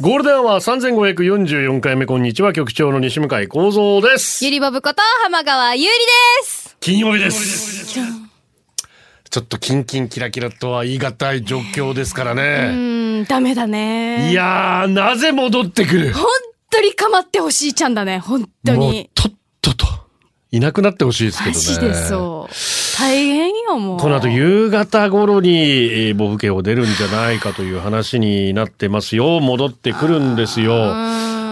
ゴールデンは三千五百四十四回目こんにちは局長の西向井光三ですゆ。りぼぶこと浜川ゆりです。金曜日です。ちょっとキンキンキラキラとは言い難い状況ですからうね。ーん、ダメだね。いやーなぜ戻ってくる。本当に構ってほしいちゃんだね。本当もうに。とっとといなくなってほしいですけマどね。ジでそう。大変よ、もう。この後夕方頃に、えー、ボブ家を出るんじゃないかという話になってますよ。戻ってくるんですよ。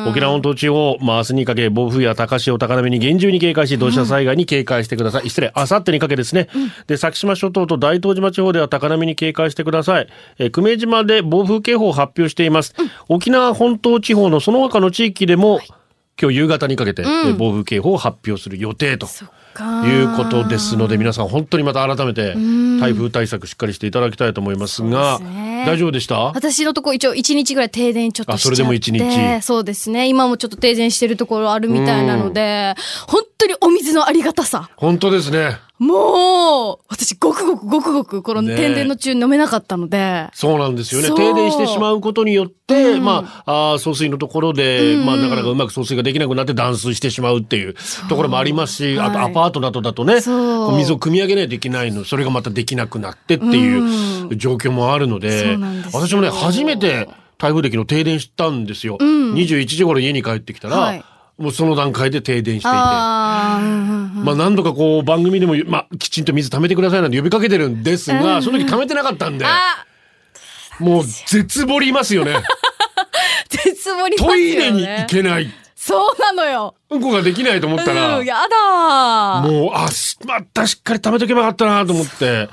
沖縄本島地方、まあ、明日にかけ暴風や高潮、高波に厳重に警戒し、土砂災害に警戒してください。失礼、あさってにかけですね。で、先島諸島と大東島地方では高波に警戒してください。えー久米島で暴風警報を発表しています。沖縄本島地方のその他の地域でも、今日夕方にかけて、えー暴風警報を発表する予定と。そっかということですので皆さん本当にまた改めて台風対策しっかりしていただきたいと思いますがそうですね大丈夫でした私のとこ一応1日ぐらい停電ちょっとあしちゃそってれでも一日そうですね今もちょっと停電してるところあるみたいなので本当にお水のありがたさ本当ですねもう私ごくごくごくごくこのねえ停電の中飲めなかったので、そうなんですよねそう停電してしまうことによって、うんまああー送水のところで、まあ、なかなかうまく送水ができなくなって断水してしまうっていうところもありますし、あとはいアパートなどだとねそうこう水を汲み上げないといけないのそれがまたできなくなってっていうう状況もあるので,、そうなんですよ私もね初めて台風的の停電したんですよ、21時頃家に帰ってきたら、はいもうその段階で停電していて。ああうんうんまあ何度かこう番組でも、まあ、きちんと水貯めてくださいなんて呼びかけてるんですが、その時貯めてなかったんで、 あもう絶望ります よね。絶望にトイレに行けない。そうなのよ。うんこができないと思ったら、うん、やだー。もう、あ、しまたしっかり貯めとけばよかったなと思って。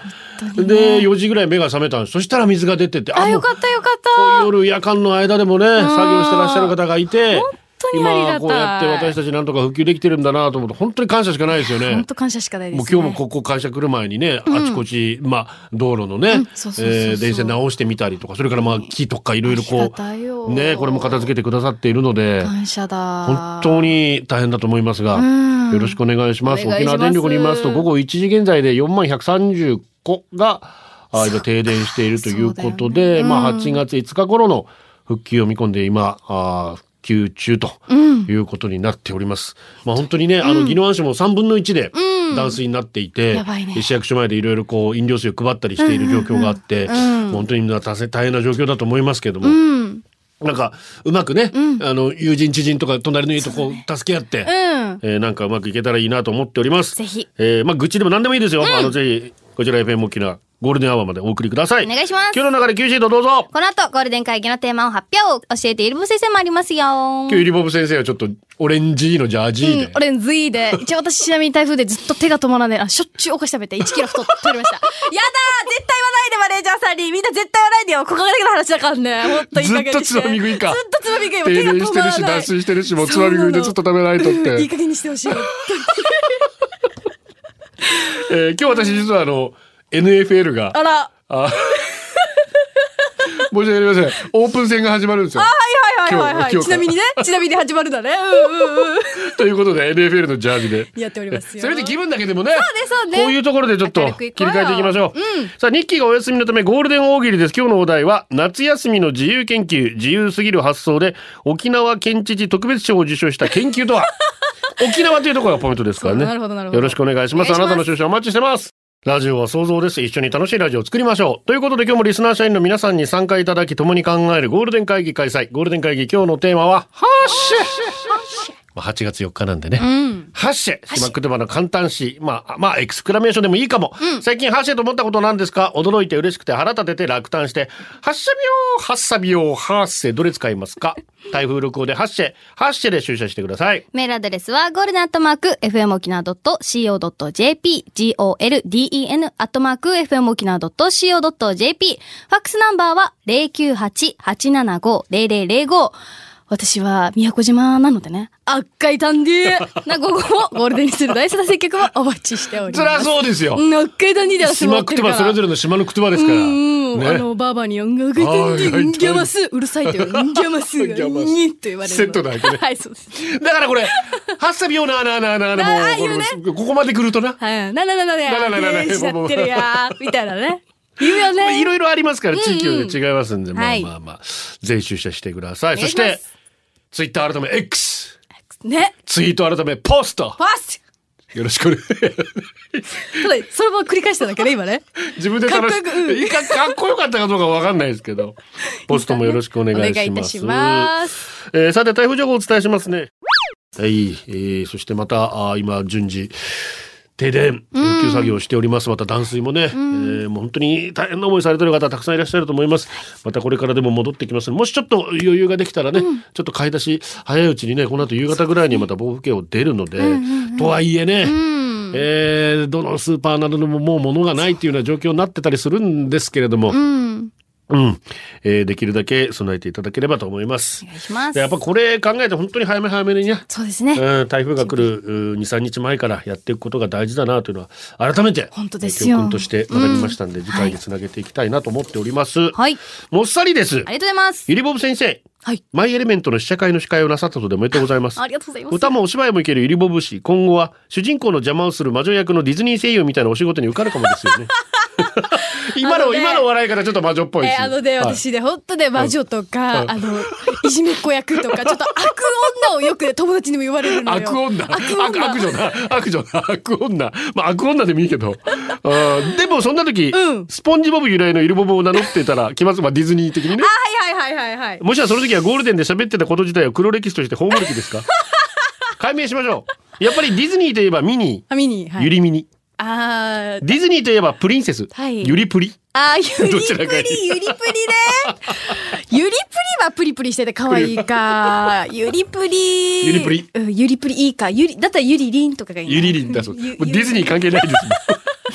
で、4時ぐらい目が覚めたんです。そしたら水が出てて、あ、もうよかったよかっこうた。夜夜間の間でもね、作業してらっしゃる方がいて、当にありがたい今こうやって私たちなんとか復旧できてるんだなと思って、本当に感謝しかないですよね。本当感謝しかないです、ね。もう今日もここ会社来る前にね、あちこち、まあ、道路のね、えうんそうそうそうそうー電線直してみたりとか、それからまあ、木とかいろいろありこがたいよう、ね、これも片付けてくださっているので、感謝だ。本当に大変だと思いますが、んよろしくお願いします。お願沖いしま縄す電力に言いますと、午後1時現在で4万130個が、あ今停電しているということそうだで、よねまあうん8月5日頃の復旧を見込んで今、あ復旧中ということになっております。まあ本当にね、あの、宜野湾市も3分の1で断水になっていて、やばいね市役所前でいろいろこう飲料水を配ったりしている状況があって、もう本当に皆さん大変な状況だと思いますけれども、うん。なんかうまくね、あの友人知人とか隣の家とこう助け合って、うん。えーなんかうまくいけたらいいなと思っております。ぜひえーまあ愚痴でも何でもいいですよ。あのぜひこちら FM 沖縄ゴールデンアワーまでお送りください。お願いします今日の流れ QC とどうぞ。この後、ゴールデン会議のテーマを発表。教えているぶ先生もありますよ。今今日ゆりぼぶ先生はちょっとオレンジのジャージーで、うん、オレンズイーで。一応私ちなみに台風でずっと手が止まらない。あ、しょっちゅうお菓子食べて1キロ太っておりました。やだー絶対言わないでマネージャーさんに。みんな絶対言わないでよ。ここだけの話だからね。ほんといい加減にしてずっとつまみ食いかずっとつまみ食い。もう停手が電し止てまるらない。し断水してるしもうつまみ食いでずっと食べないとっそうなのいいて。加減にしてほしい。えー今日私実はあの NFL があら。はあ申し訳ありません。オープン戦が始まるんですよ。いはいはいはい今は日今日からい。ちなみにね、 ちなみに始まるんだね。うんうんうん。ということで NFL のジャージで。やっておりますよ。せめて気分だけでもね。そうねそうねこういうところでちょっ明とるく切いりこうよ替えていきましょう。さあ、日記がお休みのためゴールデン大喜利です。今日のお題は、夏休みの自由研究、自由すぎる発想で、沖縄県知事特別賞を受賞した研究と は沖縄というところがポイントですからね。そうなるほどなるほどよろしくお願いします。お願あいしますなたの収集お待ちしてます。ラジオは想像です。一緒に楽しいラジオを作りましょう。ということで今日もリスナー社員の皆さんに参加いただき、共に考えるゴールデン会議開催。ゴールデン会議今日のテーマは、ハッシュまあ8月4日なんでね。ハッシェ島言葉の簡単詞。まあ、まあ、エクスクラメーションでもいいかも。最近ハッシェと思ったことなんですか驚いて嬉しくて腹立てて落胆して。ハッシャビオーハッサビオーハッセどれ使いますか台風6号でハッシェ、ハッシェで注射してくだ さい。メールアドレスは、ゴールデンアットマーク、fmokina.co.jp、golden アットマーク、fmokina.co.jp、ファックスナンバーは、098-875-0005、フ私は宮古島なので ね、赤い単デーな午後をゴールデンにする大切な接客もお待ちしております。そりゃそうですよ。うん、赤い単デーでは島クトゥバそれぞれの島のクトゥバですから。うんうん、あね。のバーバーに「ガガはガいはいギャマスうるさい」って言われる「ギャマス」が「ギャマスに」って言われるセットだけねはいそうですだからこれ、ハッサビオナーナーナーナーナああもう言うねこのここまで来るとな。はいなななななななななな電子なってるやーみたいなね言うよまあいねろいろありますから、地域によって違いますんで、まはあいまあまあ、ぜひ出社してください。おそ願いししますて、ツイッター改め X、ねツイート改めポストパスよろしくお願い ただそれも繰り返しただけね今ね自分で楽しかっこよくうんいかかっこよかったかどうかわかんないですけど、ポストもよろしくお願いします。お願いいたしますえーさて台風情報をお伝えしますね。はい、えーそしてまたあー今順次停電復旧作業をしております。また断水もね、えーもう本当に大変な思いされてる方たくさんいらっしゃると思います。またこれからでも戻ってきますので。もしちょっと余裕ができたらね、ちょっと買い出し早いうちにね、この後夕方ぐらいにまた暴風圏を出るので、とはいえね。えーどのスーパーなどでももう物がないっていうような状況になってたりするんですけれども、うんうんえーできるだけ備えていただければと思いますお。願いしますでやっぱこれ考えて本当に早め早めにね、そうですねうん、台風が来る23日前からやっていくことが大事だなというのは改めて本当ですえよー教訓として学びましたんで、うん次回につなげていきたいなと思っております。はいもっさりですあ。りがとうございますゆりぼぶ先生、はいマイエレメントの試写会の司会をなさったとでおめでとうございますあ。りがとうございます歌もお芝居もいけるゆりぼぶ氏、今後は主人公の邪魔をする魔女役のディズニー声優みたいなお仕事に受かるかもです よね。 今あののね今の笑いからちょっと魔女っぽいし。えーあのね、はい私ね、本当ね、魔女とか、うんあの、いじめっ子役とか、ちょっと悪女をよくね、友達にも言われるのよ。悪女悪悪女。悪女な悪女な悪女まあ悪女でもいいけどあーでもそんな時、うんスポンジボブ由来のイルボブを名乗ってたら来ますまあディズニー的にねはいはいはいはいはい。もしはその時はゴールデンで喋ってたこと自体を黒歴史として葬る気です か解明しましょうやっぱりディズニーといえばミニーあ、ミニー。はい、ゆ。りミニあーディズニーといえばプリンセス、はいゆりプリあー、ゆ りどちらプがいリ、いゆりプリね。ゆりプリはプリプリしてて可愛い か。ゆりプリ。ゆりプリうん。ゆりプリいいか。ゆり、だったらゆりりんとかがいいな。ゆり りんだそうですゆもうディズニー関係ないで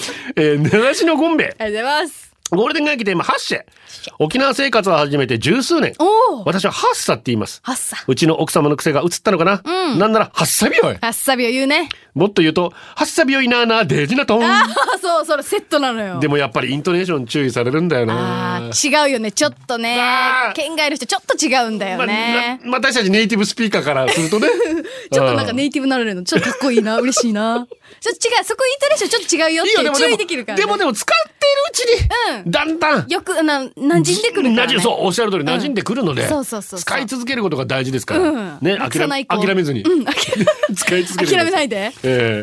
す、えー、流しのゴンベありがとうございます。ゴールデン会議テーマ8社沖縄生活を始めて十数年おー。私はハッサって言います。はっさ。うちの奥様の癖が映ったのかな、うんなんなら、ハッサビオい。はっさびを言 うね。もっと言うと、ハッサビオいなーなーデージなトーあー、そう、それセットなのよ。ン。でもやっぱりイントネーション注意されるんだよあな。ー違うよねちょっとねあー県外の人ちょっと違うんだよまね、。あなまあ私たちネイティブスピーカーからするとねちょっとなんかネイティブなれるのちょっとかっこいいな嬉しい なちょっと違うそこイントネーションちょっと違うようっん。いいよ、ていでうも注意でできるも、から、ね、でもでも使ってるうちに、うんだんだん、よくな馴染んでくるから、なね、じそう、おっしゃる通り馴染んでくるので、うんそうそうそうそう使い続けることが大事ですから。うんね、な諦くさなめ、い子諦めずに。うん諦め 使い続ける。諦めないでええ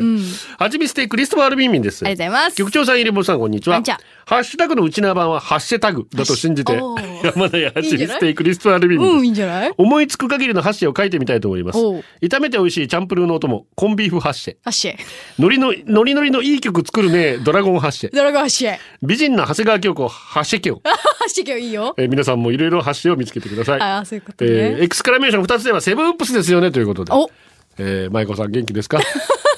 はちみつ亭クリストファー・アルビーミンです。ありがとうございます局長さん、イレボさん、こんにちこは。んにちはハッシュタグのうちな版は、ハッシュタグだと信じて、ハッシュおー 山田やはちみついいんじゃな亭クリストファー・アルビーミンです。うんいいんじゃない思いつく限りのハッシュを書いてみたいと思いますおう。炒めて美味しいチャンプルーのお供、コンビーフハッシェ。ハッシェノリの、ノリノリのいい曲作るね、ドラゴンハッシェ。ドラゴンハッシェハ美人な長谷川京子、ハッシェ京。ッシェ今日いいよえー皆さんもいろいろハッシェを見つけてください。ああそういうことね、えーエクスクラメーション2つではセブンウップスですよねということで。おえー、舞子さん元気です か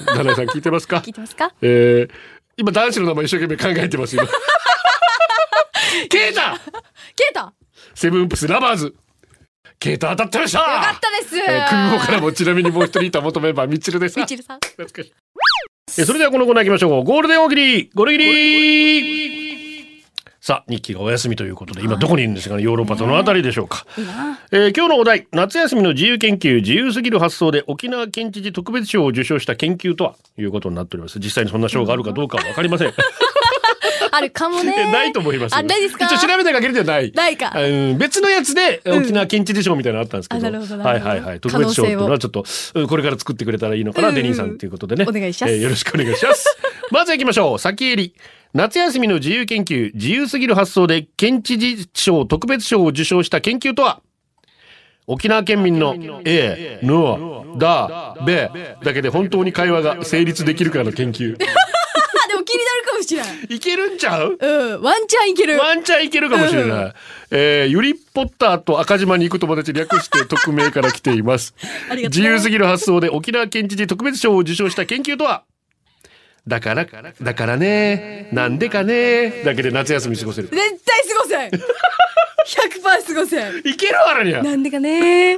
七重さん聞いてますか聞いてますかえー、今男子の名前一生懸命考えてます 今。ケイタケイタよセブンウップスラバーズケイタ当たってましたよかったです、えー、空港からもちなみにもう一人いた元メンバーミッチルです。みちるさん懐かしい。えーそれではこのコーナー行きましょう。ゴールデン大喜利ゴルギリさあ、日記がお休みということで、今どこにいるんですかねヨーロッパどのあたりでしょうか。えー今日のお題、夏休みの自由研究、自由すぎる発想で沖縄県知事特別賞を受賞した研究とはいうことになっております。実際にそんな賞があるかどうかはわかりません。あるかもねえ ないと思います。あないですか一応調べた限りではない。ないかうん別のやつで沖縄県知事賞みたいなのあったんですけど。あなるほどなはるいほどはいはい。特別賞っていうの可は能ちょっとうんこれから作ってくれたらいいのかなうんデニーさんということでね。お願いしますえーよろしくお願いし ます。まず行きましょう。先襟。夏休みの自由研究、自由すぎる発想で県知事賞特別賞を受賞した研究とは沖縄県民の A、ノア、ダ、ベだけで本当に会話が成立できるかの研 究。あでも気になるかもしれないいけるんちゃううんワンチャンいけるワンチャンいけるかもしれない。えー、ゆりポッターと赤島に行く友達略して匿名から来ています。 ありがと自う由すぎる発想で沖縄県知事特別賞を受賞した研究とはだから、だからね、なんでかね、だけで夏休み過ごせる。絶対過ごせん100%過ごせん いけるわらにゃなんでかね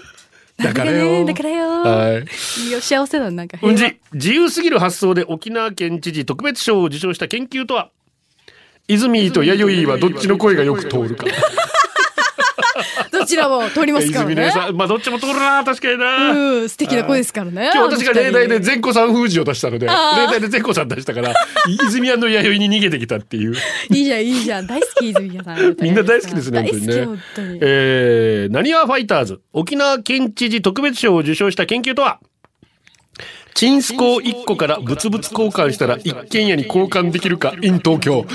だからよ。だからよはい。いいよ幸せだなんか平和じ自由すぎる発想で沖縄県知事特別賞を受賞した研究とは泉と弥生はどっちの声がよく通るか。どちらも通りますから泉のね良さ、まあどっちも通るな、確かにな。うん素敵な声ですからね今日私が例題であの二人善子さん封じを出したので、例あー題で善子さん出したから、泉弥生に逃げてきたって いう。いいじゃんいいじゃん大好き泉谷さんみんな大好きですね、大本当好にきね本当に。えー、何はファイターズ、沖縄県知事特別賞を受賞した研究とはチンスコを1個から物々交換したら一軒家に交換できるか in 東京。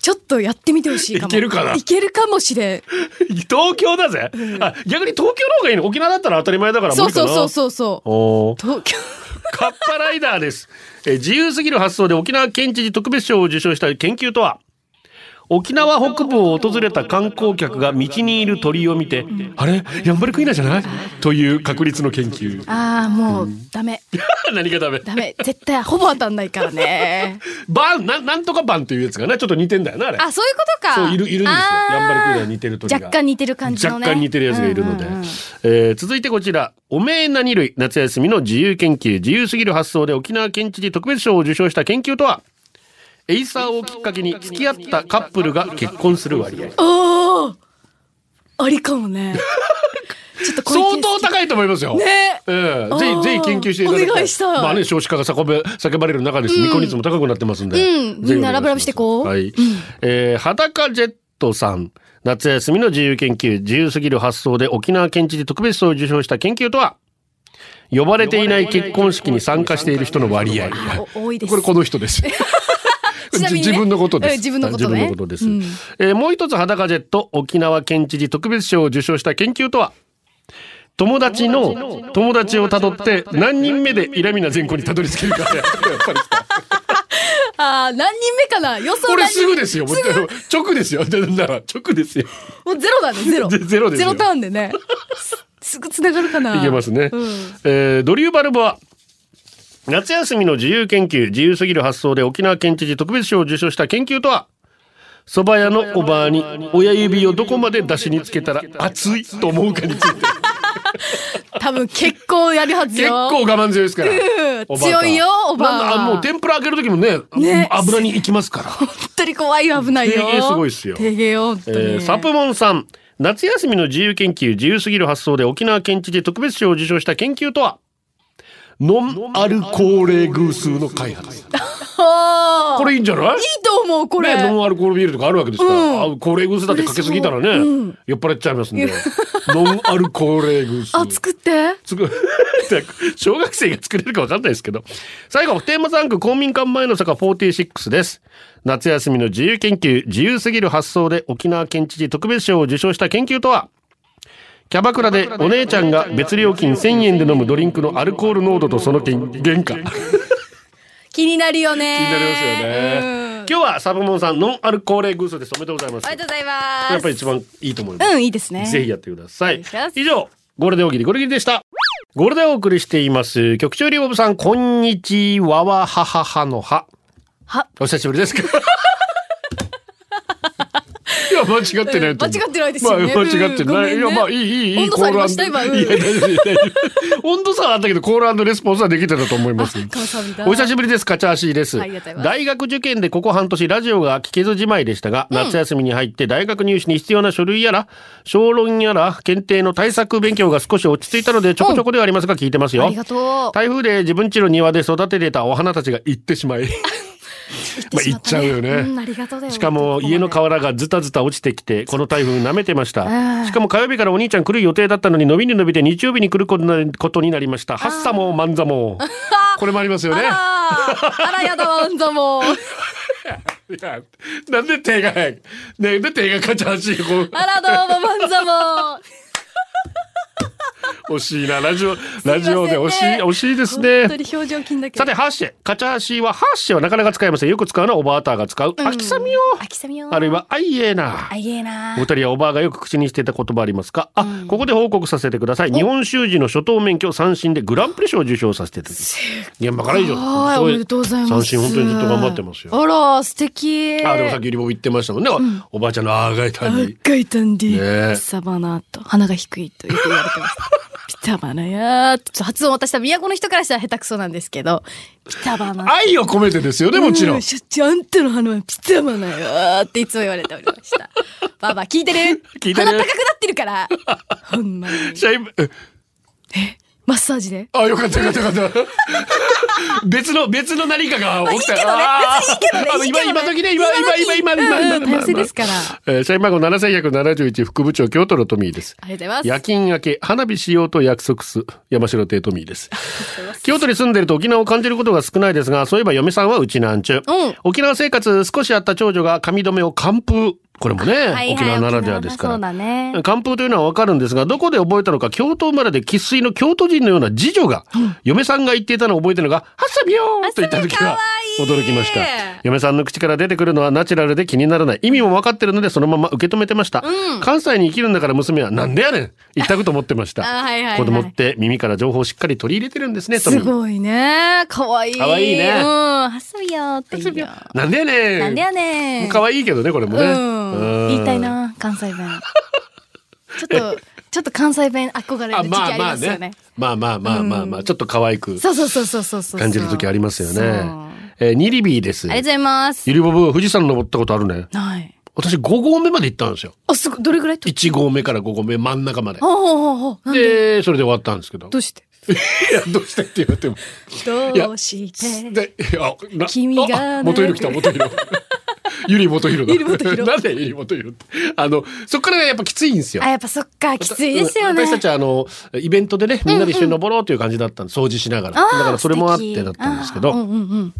ちょっとやってみてほしいかもいけるかないけるかもしれん 東京だぜ、あ、逆に東京の方がいいの沖縄だったら当たり前だから無そう理かそなうそうそ うそうおー東京カッパライダーです。えー自由すぎる発想で沖縄県知事特別賞を受賞した研究とは沖縄北部を訪れた観光客が道にいる鳥を見て、あれヤンバルクイナじゃないという確率の研究。ああもうダメ 何がダメダメ絶対ほぼ当たんないからねバンなんなんとかバンというやつがね、ちょっと似てんだよな、あれ。あそういうことかそう、いる、いるんですよ。あーヤンバルクイナに似てる鳥が。若干似てる感じのね若干似てるやつがいるので、うんうんうんえー続いてこちら「おめえ何類夏休みの自由研究自由すぎる発想で沖縄県知事特別賞を受賞した研究とは?」エイサーをきっかけに付き合ったカップルが結婚する割合おーありかもね ちょっと小池相当高いと思いますよ。ねええぜあーひぜひ研究していただきたい。お願いしたいまあね少子化が叫べ叫ばれる中です。未婚率も高くなってますんで。ぜひうんお願いしますみんなラブラブしてこうはい。えー裸ジェットさん。夏休みの自由研究、自由すぎる発想で沖縄県知事特別賞を受賞した研究とは呼ばれていない結婚式に参加している人の割合。お多いですこれこの人です。ちなみにね自分のことです。うん自分のこ自とね分のことです。うんえーもう一つ裸ジェット沖縄県知事特別賞を受賞した研究とは友達の友達をたどって何人目でイラミナ前後にたどり着けるか。 やっぱり来たあー何人目かな予想これ何人すぐですよ。もう直ですよ。なんなら直ですよ。もうゼロだねゼ ロゼロですよターンでねすすぐ繋がるかないけますね。うんえードリューバルボア。夏休みの自由研究、自由すぎる発想で沖縄県知事特別賞を受賞した研究とは蕎麦屋のおばあに親指をどこまで出しにつけたら熱いと思うかについて。多分結構やるはず結よ構我慢強いですから。おばあさん強いよおばあはまあもう天ぷら開ける時もね、ね油に行きますから。本当に怖いよ危ないよ低減すごいっすよ低減よ本当に、えーサプモンさん夏休みの自由研究自由すぎる発想で沖縄県知事特別賞を受賞した研究とはノンアルコール偶数の開発あーこれいいんじゃないいいと思うこれ、ね、ノンアルコールビールとかあるわけですから、うんあ高齢グースだってかけすぎたらね、これそううん酔っ払っちゃいますんでノンアルコールグースあ作ってつく 小学生が作れるかわかんないですけど最後テーマ3区公民館前の坂46です夏休みの自由研究自由すぎる発想で沖縄県知事特別賞を受賞した研究とはキャバクラでお姉ちゃんが別料金1000円で飲むドリンクのアルコール濃度とその原 価気になるよね気になりますよね、うん今日はサブモンさんノンアルコールグースですおめでとうございますありがとうございますやっぱり一番いいと思います、うんいいですねぜひやってくださお願いいしま。す以上、ゴールデン大喜利ゴリギリでした。ゴールデンをお送りしています。局長リボブさん、こんにちはははははのは。はお久しぶり ですかいや、間違ってないと思う。間違ってないですよねまあ、間違ってうんごない。めんいねや、まあ、いい、いい、いい。温度差ありましたコール 今うんいや、大丈夫大丈夫温度差はあったけど、コールレスポンスはできてたと思います。感謝みたいお久しぶりです。カチャーシーですありがとうござい。ます大学受験でここ半年ラジオが聞けずじまいでしたが、夏休みに入って大学入試に必要な書類やら、小論やら、検定の対策勉強が少し落ち着いたので、ちょこちょこではありますが聞いてますよ。ありがとう台風で自分家の庭で育ててたお花たちが行ってしまい。まあ行っちゃうよねんありがとうだよしかも家の瓦がズタズタ落ちてきて、この台風舐めてました。しかも火曜日からお兄ちゃん来る予定だったのに、伸びに伸びて日曜日に来ることになりことになりました。はっさもまんざも。 これもありますよあね。らあらやだわあんざもういや、なんで手が早い。ね、なんで手がカチャーシーこうあらどうもまんざもう惜しいな、ラジ オ、ラジオで惜しい、すいませんね惜しいです本当ね。に表情筋だけどさて、ハッシェ。カチャーシーは、ハッシェはなかなか使えません。よく使うのはおばあたーが使う、うん秋さみよ。秋さみよあるいは、あいえなあ。いえなお二人はおばあがよく口にしていた言葉ありますかあ、ここで報告させてください。日本習字の初等免許三振でグランプリ賞を受賞させていただきます。現場から以上。はいすおごいめでとうございます三振本当にずっと頑張ってますよ。あら素敵あ、でもさっきよりも言ってましたもんね。おばあちゃんのあーがいたに。赤い単ねえで、サバナと鼻が低いとよく言われてます。ピタバナやーってちょっと発音私多分都の人からしたら下手くそなんですけど、ピタバナ。愛を込めてですよね、もちろ。うんしょっちゅうあんたの鼻はピタバナやーっていつも言われておりました。ばば聞いてる聞いてる鼻高くなってるから。ほんまに。シャインえマッサージで。あ、よかったよかったよかった。 別の、別の何かが起きたまあいいけどねあー別にいいけどねいいけどねあの今、今時ね、今、今、今、今、今、今、う今ん、多様性ですから。あえー社員番号7171副部長京都のトミーです。りがとうござい夜ます。勤明け、花火しようと約束す、山城亭トミーです。京都に住んでると沖縄を感じることが少ないですが、そういえば嫁さんはうちなんちゅ。うん沖縄生活少しあった長女が髪留めを寒風。これもね、はい沖縄ならではですから。沖縄そうだね。寒風というのはわかるんですが、どこで覚えたのか、京都生まれで生粋の京都人のような次女が、嫁さんが言っていたのを覚えてるのが、はっさびよーと言った時ははっさびかわいい驚きました。嫁さんの口から出てくるのはナチュラルで気にならない。意味もわかってるので、そのまま受け止めてました。関西に生きるんだから娘は、なんでやねん一択と思ってました。あはいはいはい子供って耳から情報をしっかり取り入れてるんですね、トミすーごいね。かわいい。かわいいねうん。はすびよーっていいよ。なんでやねんなんでやねん。可愛いけどね、これもね。うん、言いたい。な関西弁ち ょっとちょっと関西弁憧れるあ、時期まあありまあますよね,、ね。まあまあまあまあまあ、ちょっと可愛く。そうそうそうそうそうそう感じる時ありますよそうねあ。えー、ニリビーです。りがとうございますゆりぼぶ、富士山登ったことあるね。はい私5合目まで行ったんですよ。あすごいどれぐらいと1合目から5合目真ん中までほ。うほうほうほうなんでで、それで終わったんですけど。どうしていや、どうしてって言われても。やどうしてで、あ、な、君があ元宏来た、元 宏。ゆり元宏だ。ゆり元宏なんでゆり元宏って。あの、そっからやっぱきついんですよあ。やっぱそっかきついですよね私たちはあのイベントでねみんなで一緒に登ろうという感じだったんで掃除しながらあーだからそれもあっ素て敵だったんですけあーどうんうんうん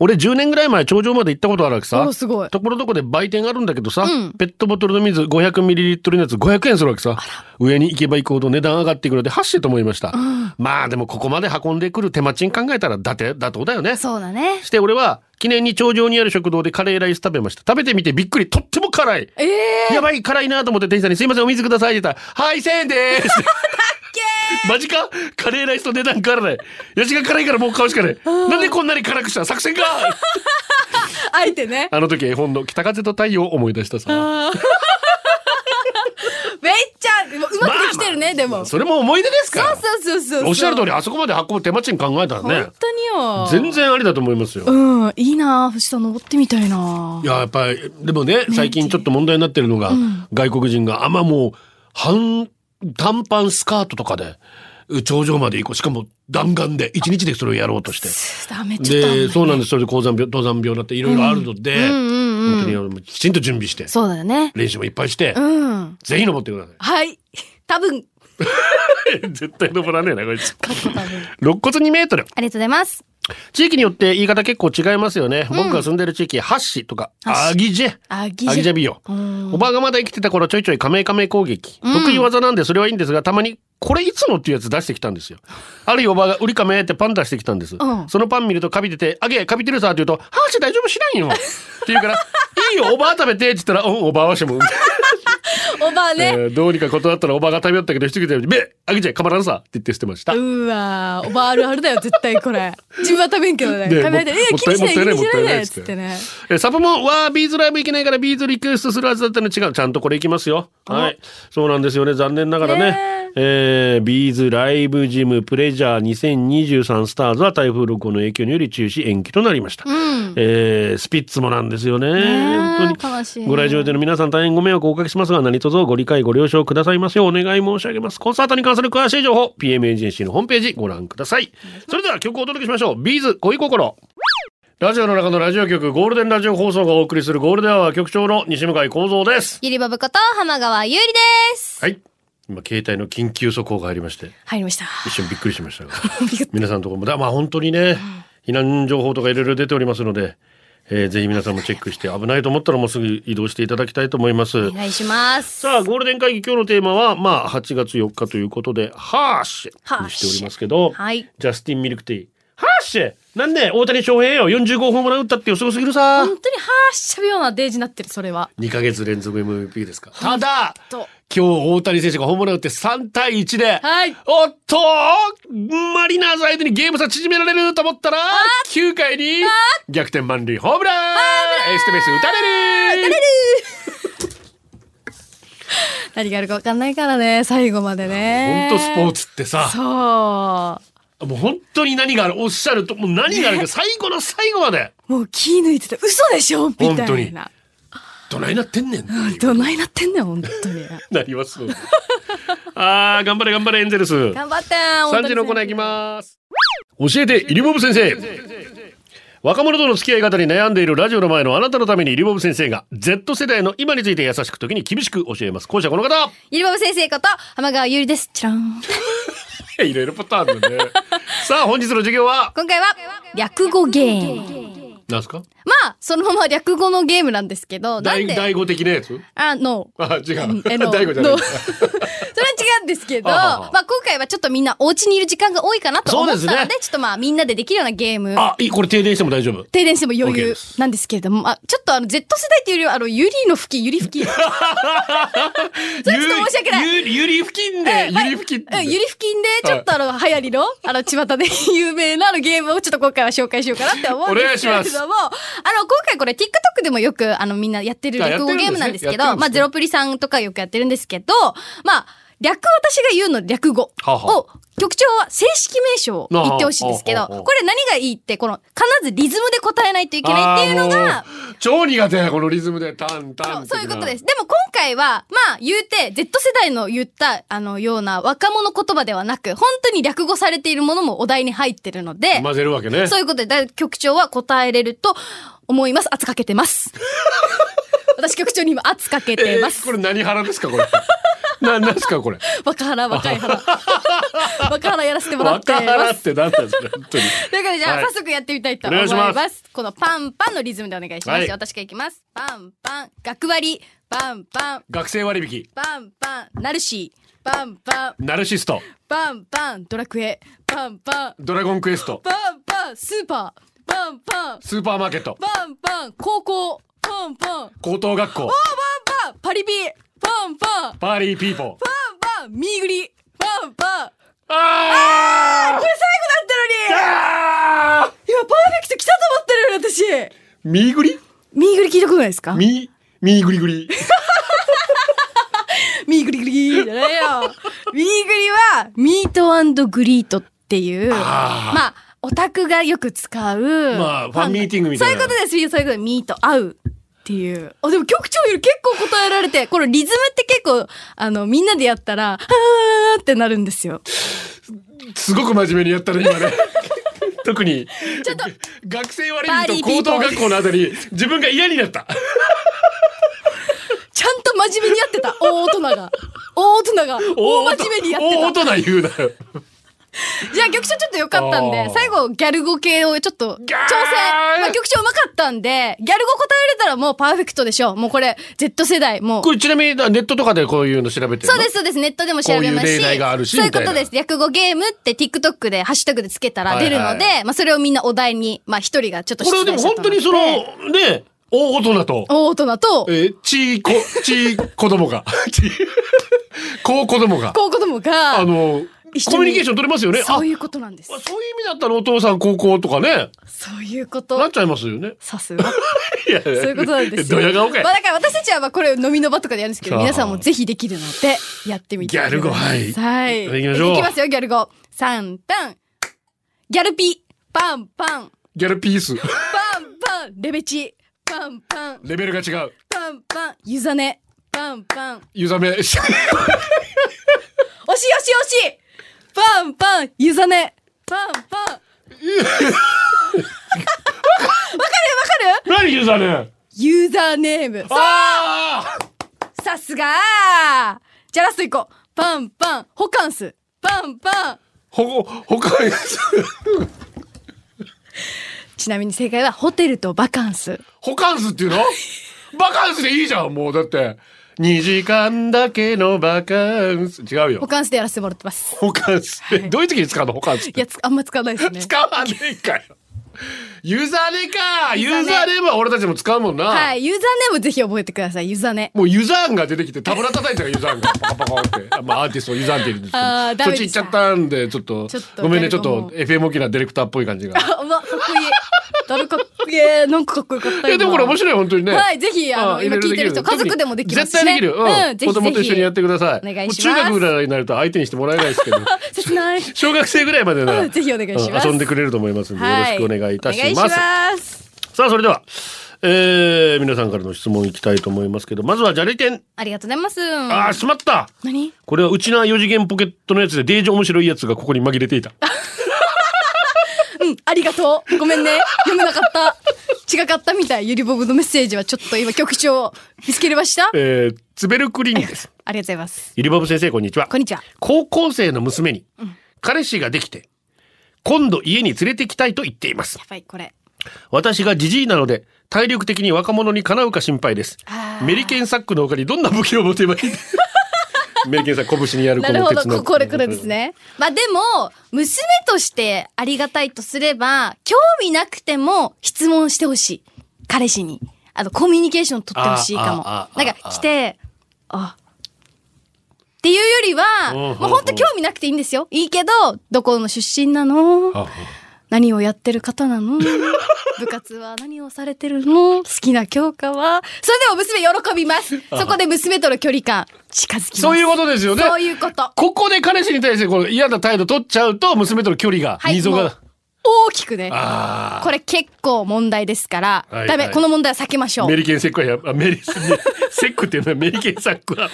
俺10年ぐらい前頂上まで行ったことあるわけさおすごいところどころで売店があるんだけどさ、うんペットボトルの水 500ml のやつ500円するわけさ上に行けば行くほど値段上がっていくのでハッシュと思いました、まあでもここまで運んでくる手間賃考えたらだて妥当だよねそうだねして俺は記念に頂上にある食堂でカレーライス食べました食べてみてびっくりとっても辛いええやばい、辛いなと思って店員さんに、すいません、お水くださいって言ったら、はい、1000円でーす マジかカレーライスと値段変わらない。ヤシが辛いからもう買うしかない。なんでこんなに辛くした作 戦かー、あえてねあの時、絵本の北風と太陽を思い出したさ。めっちゃうまうまくできてるね、でもそれも思い出ですから。そうそうそうそうおっしゃる通り、あそこまで運ぶ手間賃考えたらね本、当によ全然ありだと思いますよ。うんいいな藤田登ってみたいないや、やっぱり、でもね、最近ちょっと問題になってるのが、外国人が、あんまもう、半、短パンスカートとかで、頂上まで行こう。しかも弾丸で、一日でそれをやろうとして。ダメちょっと危ないで、そうなんです。それで高山病、登山病になっていろいろあるので、うんうんうん本当にあのきちんと準備して、そうだよね練習もいっぱいして、うんぜひ登ってくださはい多分い。 絶対登らねえな、こいつ。過去多分あり肋骨2メートル。がとうございます地域によって言い方結構違いますよね。僕が住んでる地域、ハッシとか、アギジェ。アギアギジャビよ。おばあがまだ生きてた頃ちょいちょいカメカメ攻撃。得意技なんでそれはいいんですが、たまに、これいつのっていうやつ出してきたんですよ。あるいはおばあが、ウリカメってパン出してきたんです。うんそのパン見るとカビてて、あげ、カビてるさって言うと、ハーシ大丈夫しないよ。って 言うから、いいよ、おばあ食べてって言ったら、うん、おばあはしも。おばあえねーどうにか断ったらおばあが食べよったけど、一人で、べ、あげちゃい、かまらんさって言って捨てました。うわーおばああるあるだよ絶対 これ自分は食べんけどねね食べられて「もえも気にしないったい気ないにしないもったいないね」っっつつっっててねえーサブも、わー、ビーズライブ行けないからビーズリクエストするはずだったの違う。ちゃんとこれ行きますよ。はい。そうなんですよね。残念ながらね。ねえービーズライブジムプレジャー2023スターズは台風6号の影響により中止延期となりました。えースピッツもなんですよね。え本当に。悲しいご来場での皆さん大変ご迷惑をおかけしますが、何卒ご理解ご了承くださいますようお願い申し上げます。コンサートに関する詳しい情報、PM エージェンシーのホームページご覧ください。それでは曲をお届けしましょう。ビーズ恋心。ラジオの中のラジオ局、ゴールデンラジオ放送がお送りするゴールデンアワー局長の西向井幸三です。ゆりばぶこと浜川ゆりですはい。今、携帯の緊急速報が入りまして、入りました一瞬びっくりしましたが。びっくり皆さんのところもだまあ本当にね避難情報とかいろいろ出ておりますのでえーぜひ皆さんもチェックして危ないと思ったらもうすぐ移動していただきたいと思いますお。願いします。さあ、ゴールデン会議今日のテーマは、まあ、8月4日ということで、ハーシハェーにシェしておりますけど、はいジャスティンミルクティー。ハーシェなんで大谷翔平よ !45 ホームラン打ったってよ、すごすぎるさ本当にはーしゃべようなデージになってる、それは。 !2 ヶ月連続 MVP ですか。ただ、と。今日大谷選手がホームラン打って3対1で、はいおっとマリナーズ相手にゲーム差縮められると思ったら、9回に逆転満塁ホームランエステベス打たれる何があるかわかんないからね、最後までね。本当スポーツってさ、そもう本当に何がある、おっしゃると、もう何があるか、最後の最後まで、う。もう気抜いてた。嘘でしょみたいな。本当にどないなってんねんっていうどないなってんねん、本当に。なりますので。 あー、頑張れ頑張れ、エンゼルス。頑張って三時のコーナーいきます。教えて、イリボブ先生。若者との付き合い方に悩んでいるラジオの前のあなたのためにイリボブ先生が Z 世代の今について優しく時に厳しく教えます。講師はこの方ゆりばぶ先生こと、浜川ゆりです。チラン。いろいろパターンあるね。 さあ、本日の授業は、今回は、略語ゲーム。何すかまあ、そのまま略語のゲームなんですけど、な第んで、 5的なやつあの、あ、違う。え第の5じゃないの。 それは違うんですけど、あははまあ今回はちょっとみんなお家にいる時間が多いかなと思ったので、そうですねちょっとまあみんなでできるようなゲーム。あ、いい、これ停電しても大丈夫。停電しても余 OK 裕ですなんですけれども、あ、ちょっとあの Z 世代っていうよりは、あの、ゆりの吹き、ゆり吹き。それはちょっと申し訳ない。ゆゆゆり付近で、ゆり付近うん、ゆり付近で、ちょっとあの、流行りの、あの、巷で有名なあのゲームをちょっと今回は紹介しようかなって思うんですけれども、あの、今回これ TikTok でもよく、あの、みんなやってるあやっ略てるん語ですねゲームなんですけやってど、るんですねまあ、ゼロプリさんとかよくやってるんですけど、まあ、略、私が言うの略語はあはを、局長は正式名称を言ってほしいんですけはど、あはあはあこれ何がいいって、この、必ずリズムで答えないといけないっていうのあが、ーもう超苦手このリズムでタンタそンう的そなういうことです。でも今回は、まあ言うて、Z 世代の言った、あの、ような若者言葉ではなく、本当に略語されているものもお題に入ってるので、混ぜるわけねそういうことで、だ局長は答えれると思います。圧かけ てます。私局長に今圧かけてまえーすこ。れ何腹ですかこ れな何ですかこれ若腹、若い 腹。若腹やらせてもらって若ます。腹って何なんですか本当にということで、じゃあ、はい早速やってみたいとお思願いいしまますす。このパンパンのリズムでお願いします。はいじゃあ私からいきます。パンパン、学割、パンパン、学生割引パンパン、ナルシー、パンパン、ナルシストパンパン、ドラクエ、パンパン、ドラゴンクエストパンパン、スーパー、パンパン、スーパーマーケットパンパン、高校、パンパン、高等学校パンパン、パリピ、パンパン、パーリーピーポーパンパン、ミーグリ、パンパン。あーこれ最後だったのあにいや、パーフェクト来たと思ってるよね、ーミーグリ私。ミーグリ聞いたことないですかミーミーグリグリミーグリグリじ ゃないよ。ミーグリは、ミートグリートっていう、あーまあ、オタクがよく使う。まあファンミーティングみたいなそういうことです。そういうことで、ミーと会う。っていう。あ、でも局長より結構答えられて、このリズムって結構、あの、みんなでやったら、あーってなるんですよ。すごく真面目にやったね今ね 特にちょっと、学生割パーリ引ーとピーポー高等学校のあたり自分が嫌になったちゃんと真面目にやってた。大大人が。大大人が。大真面目にやってた大。大人言うなよじゃあ局長ちょっと良かったんあでー、最後ギャル語系をちょっと挑戦ャー。まあ局長うまかったんで、ギャル語答えられたらもうパーフェクトでしょう。もうこれ、Z 世代、もう。これちなみにネットとかでこういうの調べてるのそうです、そうです。ネットでも調べこまうすいうし。例題があるしそういうことみたいでなす。略語ゲームって TikTok でハッシュタグでつけたら出るので、はいはまあそれをみんなお題に、まあ一人がちょっとこれはでも本当にその、ね、大大人と、大大人と、えー、ちいこ、ちい子供 が、ちい、こう子供が、高校子供あが、の、一緒にコミュニケーション取れますよね。そういうことなんですあ、。そういう意味だったらお父さん高校とかね、そういうこなっと。ちゃいますよね。さすが。いやいやそういうことなんですよ。ドヤ 顔 かいまあだから私たちはまあこれ飲みの場とかでやるんですけど、さあ皆さんもぜひできるので、やってみてください。ギャル語はいはい。行きましょういきますよ、ギャル語。三段。ギャルピ、パンパン、ギャルピース。パンパン、レベチ、パンパン、レベルが違う。パンパン、ゆざね、パンパン、ゆざめ。惜しおしおしおしパンパン、ゆざね、パンパン。わかるわかる何ゆざめユーザーネーム。ああさすがじゃあラスト行こうパンパンホカンスパンパンほ、ほかい。ちなみに正解はホテルとバカンス。ホカンスっていうのバカンスでいいじゃん、もう。だって。2時間だけのバカンス。違うホよ。カンスでやらせてもらってます。ホカンスって。どういう時に使うのホカンスっいて。や、つあんま使わないですね。使わねえかよ。ユーザーネかユユーザーーネザーネは俺たちも使うもんな。はい。ユーザーネームぜひ覚えてください。ユーザーネ。もうユザーンが出てきて、たぶら叩いちゃうユザーンが。パカパカって。あまあアーティストをユザーンって言うんですけあーど。ダそメっでち行しったちゃったんで、ちょっとちょっ。とごめんね、ちょっ誰とかも FM 沖なディレクターっぽい感じが。あ、うわ、かっこいい。誰かっこいい。なんかかっこよかった。いやでもこれ面い。白い本当にね。はいぜひあのうんろろ今聞いてる人でき家族でもできますし絶ね対できる。う。うんんぜひぜひ子供と一緒にやってください。お願いしますもう中学ぐらいになると相手にしてもらえないですけど。切ない。小学生ぐらいまでなうらん ぜひお願いしますうん遊んでくれると思いますので、よろしくお願いいたします。お願いします。さあそれでは、えー、皆さんからの質問いきたいと思いますけど、まずはじゃれけん。ありがとうございます。ああしまった。何これはうちな4次元ポケットのやつでデージ面白いやつがここに紛れてい た。うん、ありがとう。ごめんね。読めな かった。違かったみたい。ゆりぼぶのメッセージはちょっと今局長見つけれました。えー、つべるクリンです。ありがとうございます。ゆりぼぶ先生こんにちは。こんにちは。高校生の娘に、彼氏ができて、今度家に連れてきたいと言っていますや。ばい、これ。私がジジイなので、体力的に若者にかなうか心配ですあ。ーメリケンサックの他にどんな武器を持てばい いメリケンサック拳にやるなこるのほ鉄の。ど、ここで来るんです。ね。まあでも、娘としてありがたいとすれば、興味なくても質問してほしい。彼氏に。あの、コミュニケーション取ってほしいかもああ。あなんか来て、あ、っていうよりは、うんうんうもうん本当興味なくていいんですよ。いいけど、どこの出身なのあ何をやってる方 なの部活は何をされてるの好きな教科はそれでも娘喜びますそこで娘との距離感近づきますそういうことですよね。そういうことここで彼氏に対してこの嫌な態度取っちゃうと、娘との距離が、はい溝もうが。大きくねあこれ結構問題ですから、はいダはメいこの問題は避けましょあ。うメリケンセックはや、あメリ、セックっていうのはメリケンサックは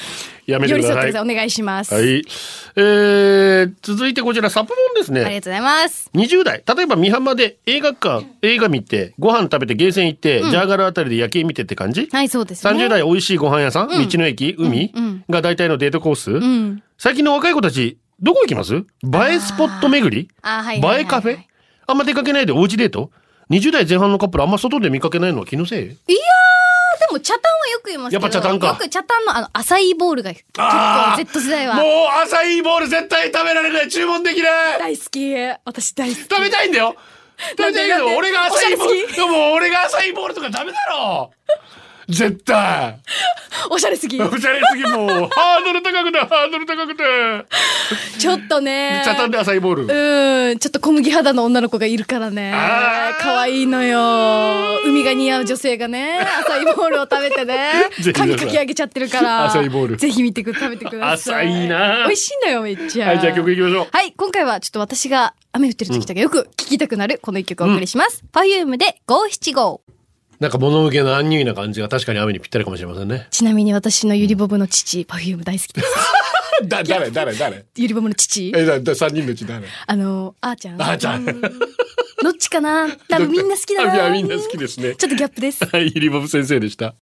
やめてく寄り添ださってくいださ。いお願いします、はい。えー、続いてこちら、サプモンですありね。がとうございます20代。例えば、美浜で映画館、映画見て、ご飯食べて、ゲーセン行って、ジャーガルあたりで夜景見てって感じ、はいそうですね ?30 代美味しいご飯屋さん、うん道の駅、海、うんうんが大体のデートコース、うん最近の若い子たち、どこ行きます映えスポット巡りあーはいは映いはいはいえカフェあんま出かけないでおうちデート ?20 代前半のカップルあんま外で見かけないのは気のせいいやーでも茶炭はよく言いますけどやっぱ茶炭かよく茶炭のあの浅いボールが結あ構ー Z 世代はアサイーボール絶対食べられない注文できない大好き私大好き食べたいんだよ食べたいけなんでなんどで俺がアサイーボおしゃーれ好ルきでも俺がアサイーボールとかダメだろ絶対おしゃ れすぎおしゃれすぎもうハードル高くてハードル高くてちょっとね茶炭でアサイーボールうんちょっと小麦肌の女の子がいるからねあー可愛いのよ海が似合う女性がね浅いボールを食べてね ぜひ皆さん髪かき上げちゃってるから浅いボールぜひ見てく食べてください浅いな美味しいのよめっちゃはいじゃあ曲いきましょうはい今回はちょっと私が雨降ってる時とかよく聴きたくなるこの一曲をお送りします、パフュームで五七五なんか物向けのアンニュイな感じが確かに雨にぴったりかもしれませんねちなみに私のゆりぼぶの父パフューム大好きですだ誰誰誰ゆりぼぶの父えだだ三人のうち誰あのあーちゃんあーちゃんどっち かな多分みんな好きだいやなみんな好きですねちょっとギャップですはい、リボブ先生でした。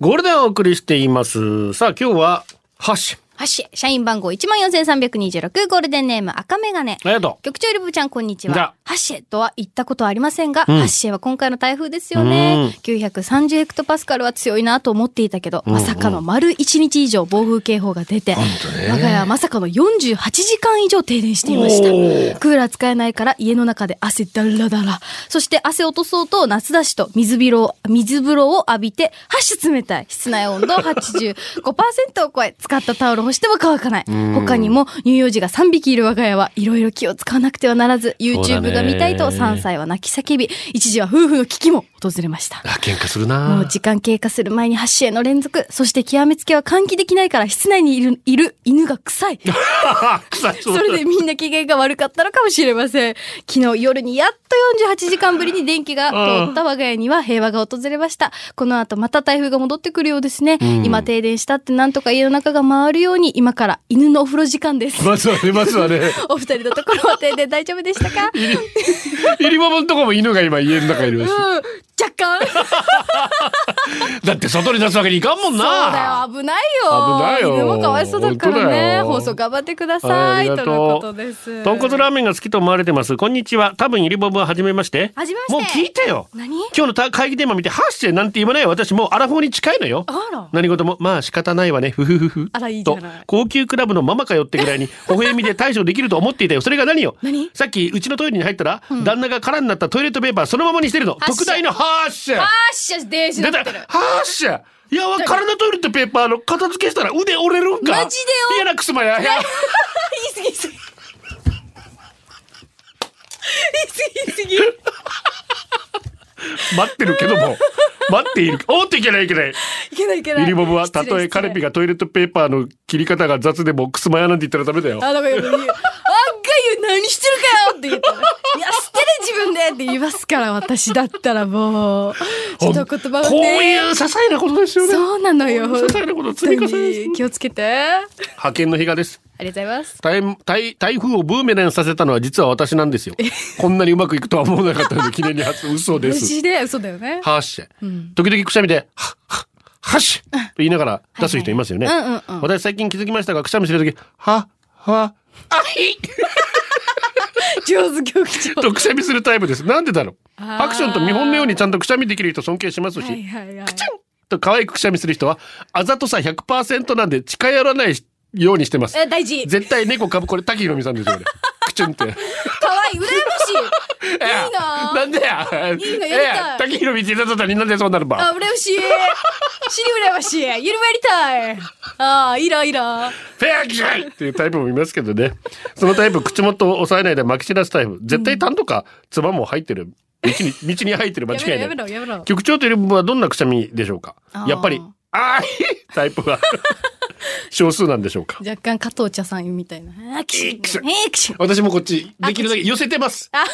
ゴールデンをお送りしています。さあ、今日は、ハッシュ。はし、社員番号14,326、ゴールデンネーム赤メガネ。ありがと局長ゆりぶちゃん、こんにじちゃあは。ハッシェとは言ったことはありませんが、うんハッシェは今回の台風ですよね。930ヘクトパスカルは強いなと思っていたけど、まさかの丸1日以上暴風警報が出て、我が家はまさかの48時間以上停電していました。クーラー使えないから家の中で汗だらだら。そして汗落とそうと夏だしと水風呂を、水風呂を浴びて、ハッシュ冷たい。室内温度85%を超え、使ったタオル干しても乾かない。他にも乳幼児が3匹いる我が家はいろいろ気を使わなくてはならず、そうだね YouTube が見たいと3歳は泣き叫び、一時は夫婦の危機も訪れましたう。。あ、喧嘩するもなう時間経過する前に箸への連続。そして極めつけは換気できないから室内にいる、いる犬が臭 い。あ、臭いそそれでみんな機嫌が悪かったのかもしれません。昨日夜にやっと48時間ぶりに電気が通った我が家には平和が訪れました。この後また台風が戻ってくるようですね。今停電したってなんとか家の中が回るように今から犬のお風呂時間です。まずはね、まずはね、お二人の ところは停電大丈夫でしたか イリボブのとこも犬が今家の中いるし。うん若干だって外に出すわけにいかんもんな。そうだよ危ないよ危ないよ犬もかわいそうだか本当だらねよ放送頑張ってくださいはいありがとうのことです豚骨ラーメンが好きと思われてます。こんにちは。多分ゆりぼぶは初めまして。はじめましてもう聞いてよ。何今日のた会議テーマ見て、ハッシュなんて言わないよ私もうアラフォーに近いのよ。あら何事も、まあ仕方ないわね。ふふふふ。あらいいじゃとない、高級クラブのママかよってぐらいに、 微笑みで対処できると思っていたよ。それが何よ何さっき、うちのトイレに入ったら、旦那が空になったトイレットペーパーそのままにしてるの。ッシュ特大のハッシュあっしゃ電子出になたってるハッシュいや、わ空のトイレットペーパーの片付けしたら腕折れるんか。マジでよ嫌なくすまや。いや言い過ぎ言い過ぎ言い過ぎ言い過ぎ待ってるけども、待っている。おーっといけないいけない。いけないいけないユリボブはたとえカ彼レピがトイレットペーパーの切り方が雑でもくすまやなんて言ったらダメだよ。あ、なんかよく言う。あんがゆ何してるかよって言ったら。いや、捨てる自分でって言いますから、私だったらもう。ちょっと言葉がこうね。いう些細なことですよね。そうなのよ。些細なこと積み重ねです本当に気をつけて。あ派遣の日がです。りがとうございます。台台台風をブーメランさせたのは実は私なんですよ。こんなにうまくいくとは思わなかったので記念に初嘘で嬉す。しいね。嘘だよね。はっしゃ。時々くしゃみで、はっはっはっしゃと言いながら出す人いますよね。うんうんうん私最近気づきましたがくしゃみするとき、はっはあい上手局長。とくしゃみするタイプです。なんでだろう。あーアクションと見本のようにちゃんとくしゃみできる人尊敬しますし、はいはいはい。と可愛くくしゃみする人はあざとさ100%なんで近寄らないようにしてます。え、大事。絶対猫かぶこれ滝ひろみさんですよ ね。クチュンって。かわいい。羨ましい。いやいいななんでや。いいのやりたいや滝ひろみって言ったらなんでそうなるば。あ、羨ましい。 死に羨ましい。ゆるまりたい。あー、いいな、いいな。フェアキャイっていうタイプもいますけどね。そのタイプ口元を押さえないでまき散らすタイプ。絶対痰とか唾も入ってる。道に、道に入ってる間や違いめろ、やめない。ろ、やめろ。局長という部分はどんなくしゃみでしょうかあーやっぱり、あーいタイプ は少数なんでしょうか若干加藤茶さんみたいな。アクション。アクション。私もこっち、できるだけ寄せてます。あ、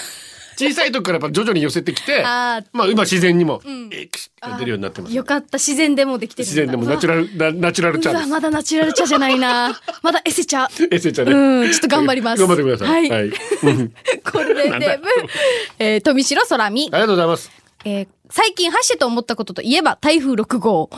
小さい時からやっぱ徐々に寄せてきて、 あーまあ今自然にも、んえくしって出るようになってます。よかった。自然でもできてるんだ。自然でもナチュラル、なナチュラルチャうーわ、でまだナチュラル茶じゃないな。まだエセ茶。 す。エッセちゃんね。うん、ちょっと頑張ります。頑張ってください。はい。うんこれなんでだよ全部、えー、富城空見あ。りがとうございます。えー最近発射と思ったことといえば台風6号。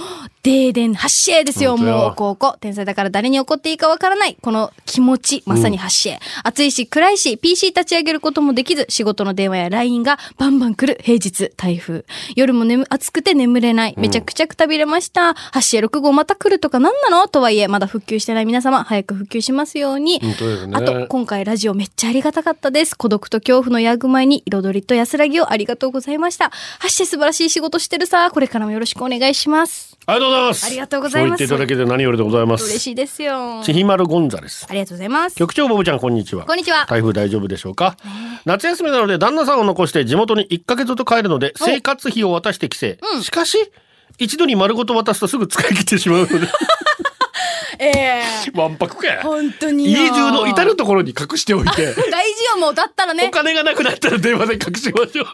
停電発射ですよ、本当よもう、こうこう。天才だから誰に怒っていいかわからない。この気持ち、まさに発射。暑いし、暗いし、PC 立ち上げることもできず、仕事の電話や LINE がバンバン来る平日、台風。夜も眠、暑くて眠れない。めちゃくちゃくたびれました。発射6号また来るとかなんなのとはいえ、まだ復旧してない皆様、早く復旧しますように。本当ですねあと、今回ラジオめっちゃありがたかったです。孤独と恐怖のヤグ前に彩りと安らぎをありがとうございました。はっしー素晴らしい仕事してるさ。これからもよろしくお願いします。ありがとうございます。 ありがとうございますそう言っていただけて何よりでございます。嬉しいですよ。あちひまるゴンザレス。りがとうございます。局長ボブちゃんこんにちは。こんにちは。台風大丈夫でしょうか夏休みなので旦那さんを残して地元に1ヶ月と帰るので生活費を渡して帰省、しかし一度に丸ごと渡すとすぐ使い切ってしまうの でええわんぱくか本当によ。家中の至る所に隠しておいて大事よ、もう。だったらおね。金がなくなったら電話で隠しま しょう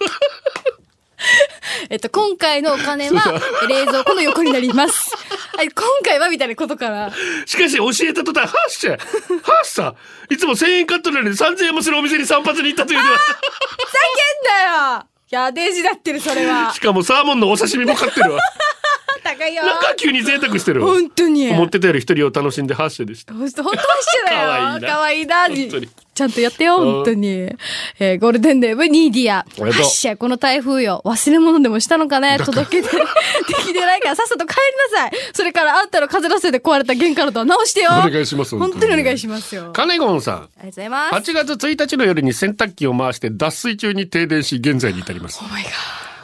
えっと、今回のお金そうは、冷蔵庫の横になります。はい、今回はみたいなことから。しかし教えた途端ハッシャハッシャいつも1000円カットなのに3000円もするお店に散髪に行ったというのはだよいや、デジだってる、それは し。かもサーモンのお刺身も買ってるわ 高いよ。なんか急に贅沢してるわ本当に。思ってたより一人を楽しんでハッシャでした本当本当一緒だよ。可愛いな可愛いな。本当にちゃんとやってよ、うん本当に。えーゴールデンデーブ、ニーディア。はりがとうっしゃ、この台風よ。忘れ物でもしたのかね届けて、で きてないからさっさと帰りなさい。それからあんたの風のせいで壊れた玄関のドア直してよ。お願いします本本当当ににお願いしますよ。ありがとカネゴンさんうございます。 8月1日の夜に洗濯機を回して脱水中に停電し現在に至ります Oh my god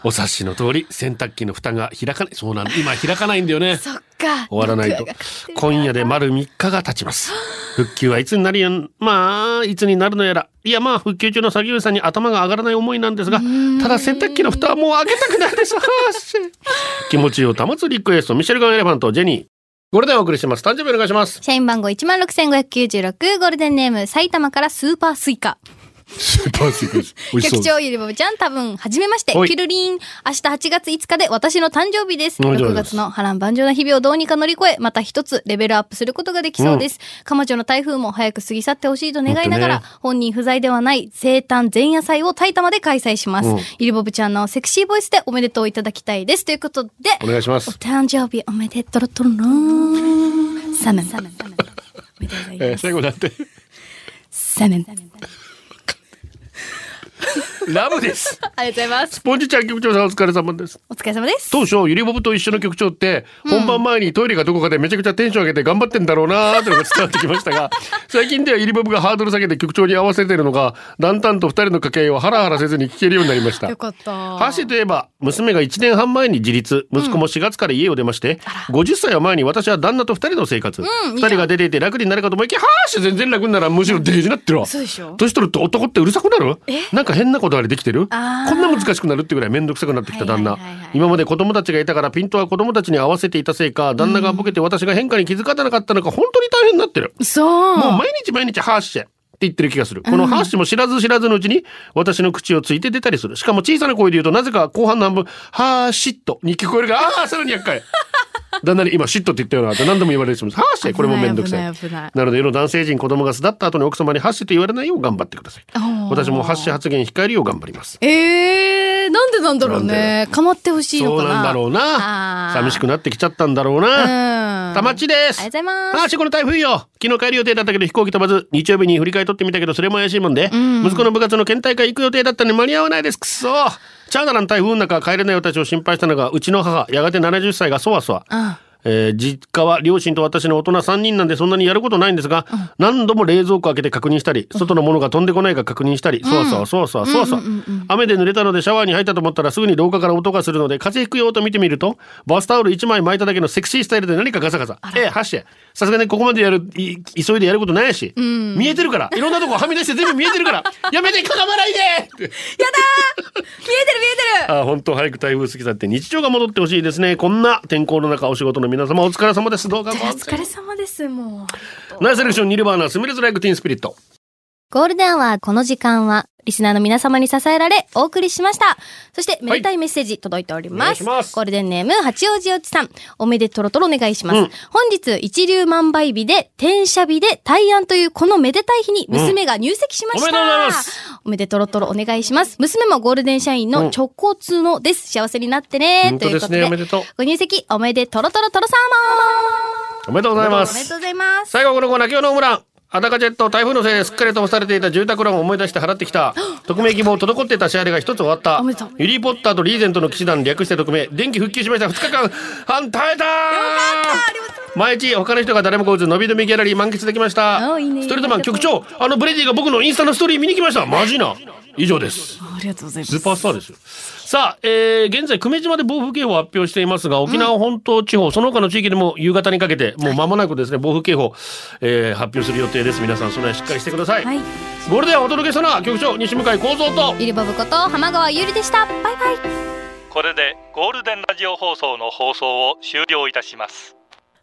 お察しの通り洗濯機の蓋が開かないそうなん今開かないんだよねそっか。終わらないと 毒がかかってる今夜で丸3日が経ちます復旧はいつになるやんまあいつになるのやらいやまあ復旧中の作業員さんに頭が上がらない思いなんですがただ洗濯機の蓋はもう開けたくないですは あ気持ちを保つリクエストミシェルガンエレファントジェニーこれでお送りします誕生 日お願いします社員番号16596ゴールデンネーム埼玉からスーパースイカ。スーパーセクシ ー。美味しそ局うです。長ゆりぼぶちゃん多分はじめましてはいキュルリーン明日8月5日で私の誕生日ですおめでとう6ございます月の波乱万丈な日々をどうにか乗り越えまた一つレベルアップすることができそうです彼女の台風も早く過ぎ去ってほしいと願いながら、本当ね本人不在ではない生誕前夜祭を埼玉で開催します、うんゆりぼぶちゃんのセクシーボイスでおめでとういただきたいですということでお願いしまおす。誕生日おめでとろとろのーサメンサメンサメンおめでとうございえまーす最後だって。サメン ラブです。ありがとうございますスポンジちゃん局長さんお疲れ様です。お疲れ様です当初、ゆりぼぶと一緒の局長って、本番前にトイレがどこかでめちゃくちゃテンション上げて頑張ってんだろうなーってのが伝わってきました が、最近ではゆりぼぶがハードル下げて局長に合わせてるのが、だんだんと二人の掛け合いをハラハラせずに聞けるようになりました。よかったハッシーといえば娘が1年半前に自立息子も4月から家を出まして、50歳を前に私は旦那と2人の生活、ん2人が出ていて楽になるかと思いきやハッシー全然楽にならんむしろデージなってるわそうでしょ年取ると男ってうるさくなるなんか変なことあれできてるこんあーな難しくなるってぐらい面倒くさくなってきた旦那、はいはいはいはい今まで子供たちがいたからピントは子供たちに合わせていたせいか旦那がボケて私が変化に気づかなかったのか本当に大変になってるそうもう毎日毎日ハーシェって言ってる気がする。このハーシェも知らず知らずのうちに私の口をついて出たりする。しかも小さな声で言うとなぜか後半の半分、ハーシットに聞こえるが、ああ、さらに厄 介。旦那に今シットって言ったようなって何度も言われるします。ハーシェこれもめんどくさい。危ない危ないなので世の男性陣子供が巣立った後に奥様にハッシェと言われないよう頑張ってください。私もハッシェ発言控えるよう頑張ります。えー、なんでなんだろうね。かまってほしいのそうかな。なんだろうな。あー寂しくなってきちゃったんだろうな。うん。たまっちです。ありがとうございますあーしこの台風よ。昨日帰る予定だったけど飛行機飛ばず、日曜日に振り返り取ってみたけどそれも怪しいもんで、息子の部活の県大会行く予定だったのに間に合わないです。くっそー。チャーナラン台風の中帰れない私を心配したのがうちの母、やがて70歳がそわそわ。あえー実家は両親と私の大人3人なんでそんなにやることないんですが、何度も冷蔵庫開けて確認したり外のものが飛んでこないか確認したり、そわそわそわそわそわそわ、雨で濡れたのでシャワーに入ったと思ったらすぐに廊下から音がするので風邪ひくよと見てみるとバスタオル1枚巻いただけのセクシースタイルで何かガサガサええはっしゃさすがにここまでやるい急いでやることないし、見えてるからいろんなとこはみ出して全部見えてる からやめてかがまないでって見えてる見えて るああ本当早く台風過ぎ去って日常が戻ってほしいですねこんな天候の中お仕事の皆様お疲れ様ですどうかお疲れ様です、もう。ナイスセレクションニルバーナスミレズライクティーンスピリットゴールデンはこの時間は、リスナーの皆様に支えられ、お送りしました。そして、めでたいメッセージ届いております。お願いしますゴールデンネーム、八王子おちさん。おめでとろとろお願いします。うん本日、一粒万倍日で、転写日で、大安というこのめでたい日に、娘が入籍しました、うんおめでとうございます。おめでとろとろお願いします。娘もゴールデン社員うんの直行通のです。幸せになってね。本と当いでうこすとで。ねおめでとうご入籍、おめでとろとろとろさおめでとうございままおめでとすうございます。最後このコーナー今日のホームランアタカジェット台風のせいですっかり飛ばされていた住宅ローンを思い出して払ってきた匿名希望滞っていた仕合が一つ終わったおめでとうユリー・ポッターとリーゼントの騎士団略して匿名電気復旧しました2日間半耐えた毎日他の人が誰も来ず伸び伸びギャラリー満喫できましたおいいねストリートマン局長あのブレディが僕のインスタのストーリー見に来ましたマジな以上ですありがとうございます。スーパースターですよ。さあ、えー現在、久米島で暴風警報を発表していますが、沖縄本島地方、その他の地域でも夕方にかけて、もう間もなくですね、暴風警報、えー発表する予定です。皆さん、その辺しっかりしてください。はい。ゴールデンをお届けしたのは、局長、西向井幸三と、ゆりぼぶこと浜川ゆりでした。バイバイ。これでゴールデンラジオ放送の放送を終了いたします